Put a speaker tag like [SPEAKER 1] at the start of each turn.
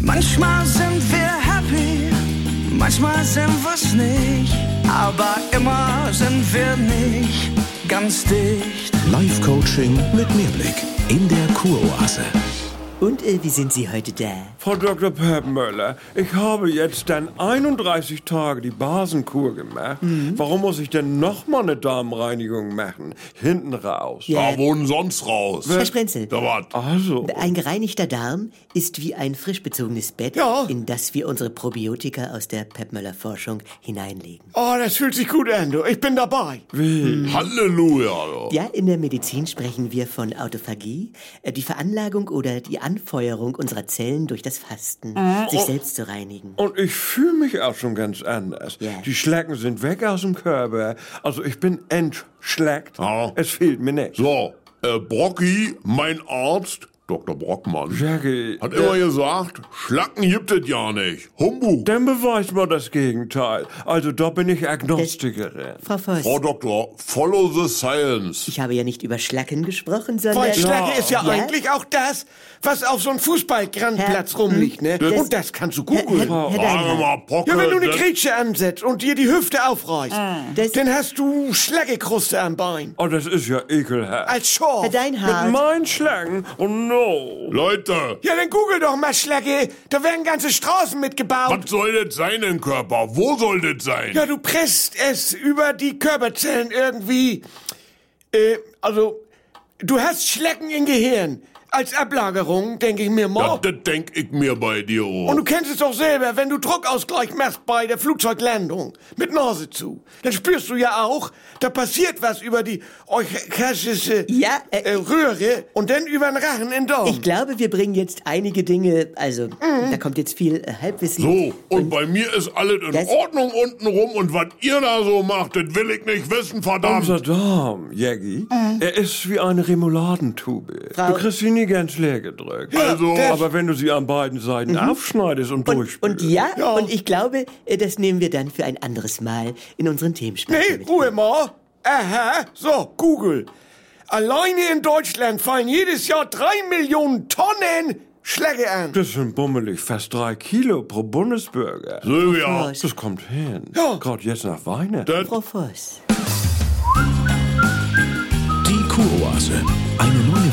[SPEAKER 1] Manchmal sind wir happy, manchmal sind wir's nicht, aber immer sind wir nicht ganz dicht.
[SPEAKER 2] Live Coaching mit Mehrblick in der Kuroase.
[SPEAKER 3] Und äh, wie sind Sie heute da?
[SPEAKER 4] Äh,
[SPEAKER 5] Frau Dr. Peppmöller, ich habe jetzt dann 31 Tage die Basenkur gemacht.
[SPEAKER 4] Mhm.
[SPEAKER 5] Warum muss ich denn noch mal eine Darmreinigung machen? Hinten raus.
[SPEAKER 3] Ja,
[SPEAKER 6] Da wohnen sonst raus.
[SPEAKER 3] Herr Sprenzel,
[SPEAKER 6] Da was?
[SPEAKER 5] Also,
[SPEAKER 3] ein gereinigter Darm ist wie ein frisch bezogenes Bett,
[SPEAKER 5] Ja.
[SPEAKER 3] in das wir unsere Probiotika aus der Peppmöller-Forschung hineinlegen.
[SPEAKER 4] Oh, das fühlt sich gut an, du. Ich bin dabei.
[SPEAKER 6] Halleluja. du.
[SPEAKER 3] Ja, in der Medizin sprechen wir von Autophagie, äh, die Veranlagung oder die Anfeuerung unserer Zellen durch das Fasten, sich selbst zu reinigen.
[SPEAKER 5] und ich fühle mich auch schon ganz anders.
[SPEAKER 3] Ja.
[SPEAKER 5] Die Schlecken sind weg aus dem Körper. Also ich bin entschleckt.
[SPEAKER 6] Ja.
[SPEAKER 5] Es fehlt mir nichts.
[SPEAKER 6] So, äh, Brocki, mein Arzt, Dr. Brockmann,
[SPEAKER 5] Jackie,
[SPEAKER 6] hat immer gesagt, Schlacken gibt es ja nicht. Humbug.
[SPEAKER 5] dann beweist mal das Gegenteil. Also da bin ich Agnostikerin.
[SPEAKER 3] Frau Voss,
[SPEAKER 6] Frau Doktor, follow the science.
[SPEAKER 3] ich habe ja nicht über Schlacken gesprochen, sondern...
[SPEAKER 4] Weil Schlacke ist ja,
[SPEAKER 3] Ja.
[SPEAKER 4] eigentlich auch das, was auf so einem Fußballgrandplatz
[SPEAKER 3] Herr-
[SPEAKER 4] rumliegt, ne?
[SPEAKER 3] Das-
[SPEAKER 4] Und das kannst du googeln.
[SPEAKER 3] Herr- Herr
[SPEAKER 6] Sag
[SPEAKER 3] Deinhardt,
[SPEAKER 6] mal, Pocke,
[SPEAKER 4] Ja, wenn du eine
[SPEAKER 6] das-
[SPEAKER 4] Kretsche ansetzt und dir die Hüfte aufreißt,
[SPEAKER 3] Ah. Das-
[SPEAKER 4] dann hast du Schlackekruste am Bein.
[SPEAKER 5] Oh, das ist ja ekelhaft.
[SPEAKER 4] Als Schorf.
[SPEAKER 3] Herr
[SPEAKER 5] Mit
[SPEAKER 3] Deinhardt,
[SPEAKER 5] meinen Schlangen? Oh no.
[SPEAKER 6] Leute,
[SPEAKER 4] Ja, dann google doch mal Schlacke. Da werden ganze Straßen mitgebaut.
[SPEAKER 6] was soll das sein im Körper? Wo soll das sein?
[SPEAKER 4] Ja, du presst es über die Körperzellen irgendwie. Äh, also, du hast Schlecken im Gehirn. Als Ablagerung, denke ich mir
[SPEAKER 6] Ja,
[SPEAKER 4] mal.
[SPEAKER 6] das denk ich mir bei dir oh.
[SPEAKER 4] Und du
[SPEAKER 6] auch.
[SPEAKER 4] kennst es doch selber, wenn du Druckausgleich machst bei der Flugzeuglandung mit Nase zu, dann spürst du ja auch, da passiert was über die euchastische
[SPEAKER 3] Ja, äh,
[SPEAKER 4] äh, Röhre und dann über den Rachen in den Daumen.
[SPEAKER 3] ich glaube, wir bringen jetzt einige Dinge, also da kommt jetzt viel äh, Halbwissen.
[SPEAKER 6] So, und bei mir ist alles in
[SPEAKER 3] Das-
[SPEAKER 6] Ordnung unten rum und was ihr da so macht, das will ich nicht wissen, verdammt.
[SPEAKER 5] Unser Darm, Jaggi, er ist wie eine Remoladentube.
[SPEAKER 3] Äh. Frau-
[SPEAKER 5] du kriegst sie nie ganz leer gedrückt.
[SPEAKER 6] Also- das-
[SPEAKER 5] aber wenn du sie an beiden Seiten aufschneidest und,
[SPEAKER 3] Mhm. Und,
[SPEAKER 5] durchspülst.
[SPEAKER 3] und ja,
[SPEAKER 4] Ja.
[SPEAKER 3] und ich glaube, äh, das nehmen wir dann für ein anderes Mal in unseren Themenspeicher.
[SPEAKER 4] Nee,
[SPEAKER 3] mit.
[SPEAKER 4] Ruhe mal. Aha, so, Google. Alleine in Deutschland fallen jedes Jahr drei Millionen Tonnen Schläge an.
[SPEAKER 5] Das sind bummelig fast drei Kilo pro Bundesbürger.
[SPEAKER 6] Silvia,
[SPEAKER 3] Voss,
[SPEAKER 5] Das kommt hin.
[SPEAKER 4] Ja.
[SPEAKER 5] Gerade jetzt nach Weihnachten.
[SPEAKER 6] das
[SPEAKER 3] Frau Voss.
[SPEAKER 2] Die Kuroase. Eine neue